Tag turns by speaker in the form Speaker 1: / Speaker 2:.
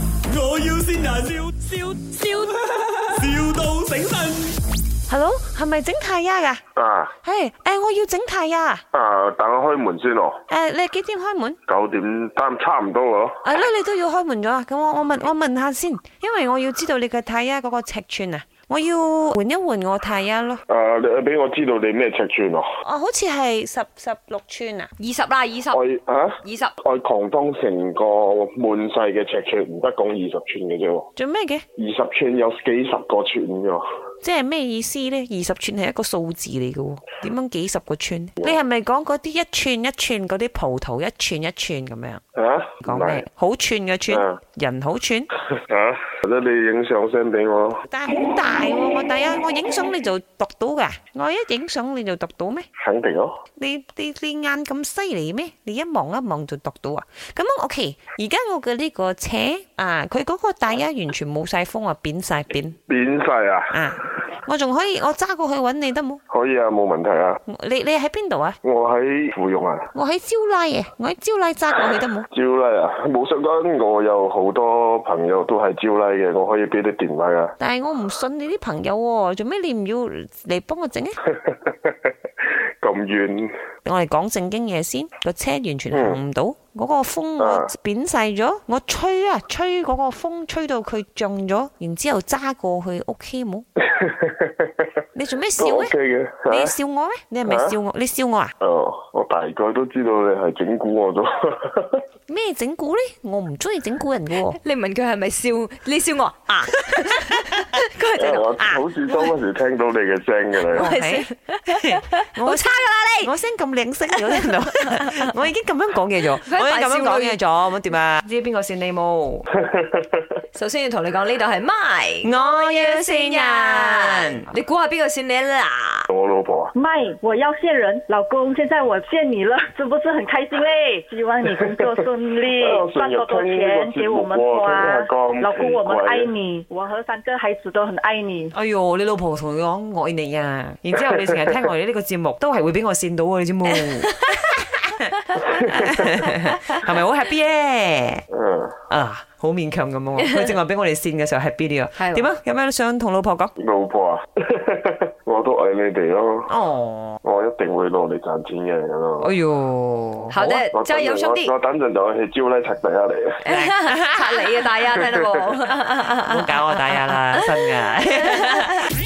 Speaker 1: 要先人，笑笑笑，,笑到醒神。
Speaker 2: Hello，係咪整太呀噶？
Speaker 3: 啊
Speaker 2: 係，诶，我要整太呀。
Speaker 3: 啊！等我開門先哦，
Speaker 2: 诶，你幾點開門？
Speaker 3: 九點三差唔多咯。
Speaker 2: 啊，咧你都要開門咗啊？咁我我問我問下先，因為我要知道你嘅太呀嗰個尺寸啊，我要換一換我太呀咯。
Speaker 3: 誒、啊你俾我知道你咩尺寸哦。
Speaker 2: 哦，好似係十十六寸啊。
Speaker 4: 二十啦，二十，
Speaker 3: 我啊，
Speaker 4: 二十。
Speaker 3: 我狂當成個滿細嘅尺寸，唔得講二十寸嘅啫喎。
Speaker 2: 做咩嘅？
Speaker 3: 二十寸有幾十個寸嘅喎。
Speaker 2: 即係咩意思呢？二十寸係一個數字嚟嘅喎，點樣幾十個寸？你係咪講嗰啲一寸一寸嗰啲葡萄一寸一寸咁樣
Speaker 3: 啊？
Speaker 2: 講
Speaker 3: 唔係
Speaker 2: 咩？好寸嘅寸
Speaker 3: 嗯，
Speaker 2: 人好寸，
Speaker 3: 啊！或者你影相 send 俾我。
Speaker 2: 但係好大喎、我第一我影相你就讀到㗎，我一影相你就讀到咩？
Speaker 3: 肯定咯。
Speaker 2: 你你你眼咁犀利咩？你一望一望就讀到啊！咁樣 OK，而家我嘅呢個車啊，佢嗰個大一完全冇晒風啊，扁晒扁
Speaker 3: 扁晒啊！
Speaker 2: 啊！我仲可以我揸過去揾你得冇？
Speaker 3: 可以啊，冇問題啊。
Speaker 2: 你你喺邊度啊？
Speaker 3: 我喺芙蓉啊，
Speaker 2: 我喺招拉嘅，我喺招拉揸過去得冇？
Speaker 3: 招拉啊，冇相干。我有好多朋友都係招拉嘅，我可以俾啲電話啊噶。
Speaker 2: 但係我唔信你啲朋友喎、做咩你唔要嚟幫我整啊咧？
Speaker 3: 咁遠。
Speaker 2: 我哋講正經嘢先，個車完全行唔到，嗰、個風我
Speaker 3: 啊
Speaker 2: 扁細咗，我吹啊吹嗰個風吹到佢脹咗，然之後揸過去 OK 冇？你做咩笑
Speaker 3: 都哦 OK
Speaker 2: 咧？
Speaker 3: 嘅
Speaker 2: 你
Speaker 3: 嚇。
Speaker 2: 笑我咩？你係咪
Speaker 3: 啊
Speaker 2: 笑我？你笑我啊？
Speaker 3: 哦，我大概都知道你係整蠱我咗。
Speaker 2: 咩整蠱咧？我唔中意整蠱人嘅喎、
Speaker 4: 你問佢係咪笑？你笑我 啊？佢
Speaker 3: 因為
Speaker 4: 就
Speaker 3: 我
Speaker 4: 啊，哦
Speaker 3: 好似當嗰時聽到你嘅聲嘅
Speaker 2: 我
Speaker 3: 啦。
Speaker 2: 係
Speaker 4: 好差噶啦你。
Speaker 2: 我聲咁靚聲咗聽到，我已經咁樣講嘢咗，
Speaker 4: 佢
Speaker 2: 我已
Speaker 4: 一
Speaker 2: 經咁
Speaker 4: 大
Speaker 2: 樣
Speaker 4: 笑
Speaker 2: 講
Speaker 4: 女
Speaker 2: 嘢咗，咁點啊？知邊個善你冇？
Speaker 4: 首先要同你講呢度係 my
Speaker 2: 我要
Speaker 4: 你估下邊個線你啦？
Speaker 3: 我老婆啊，
Speaker 5: 麦，我要见人，老公，现在我见你了，是不是很开心嘞？ 希望你工作顺利
Speaker 3: 哎呦，
Speaker 5: 赚多多钱给我们花
Speaker 3: 孙女我真。的
Speaker 5: 老公，我们
Speaker 3: 奇怪
Speaker 5: 爱你，我和三个孩子都很爱你。
Speaker 2: 哎呦，你老婆同你講我愛你 啊！然之後你成日聽我哋呢個節目，都係會俾我跣到嘅，你知冇？係咪好 happy 咧？
Speaker 3: 嗯，
Speaker 2: 啊，好勉強咁喎！佢正話俾我哋跣嘅時候 happy 啲啊！
Speaker 4: 係喎
Speaker 2: 點啊？有咩想同老婆講？
Speaker 3: 老婆啊， 我都愛你哋咯，
Speaker 2: 哦，
Speaker 3: 我一定會努力賺錢嘅咁咯。
Speaker 2: 哎呦，
Speaker 4: 好的
Speaker 3: 啊我，
Speaker 4: 哦真係有心
Speaker 3: 等陣我
Speaker 4: 啲
Speaker 3: 我等陣就去招拉拆第一嚟。
Speaker 4: 擦你啊大家聽到冇？
Speaker 2: 唔好搞我打壓啦，真嘅。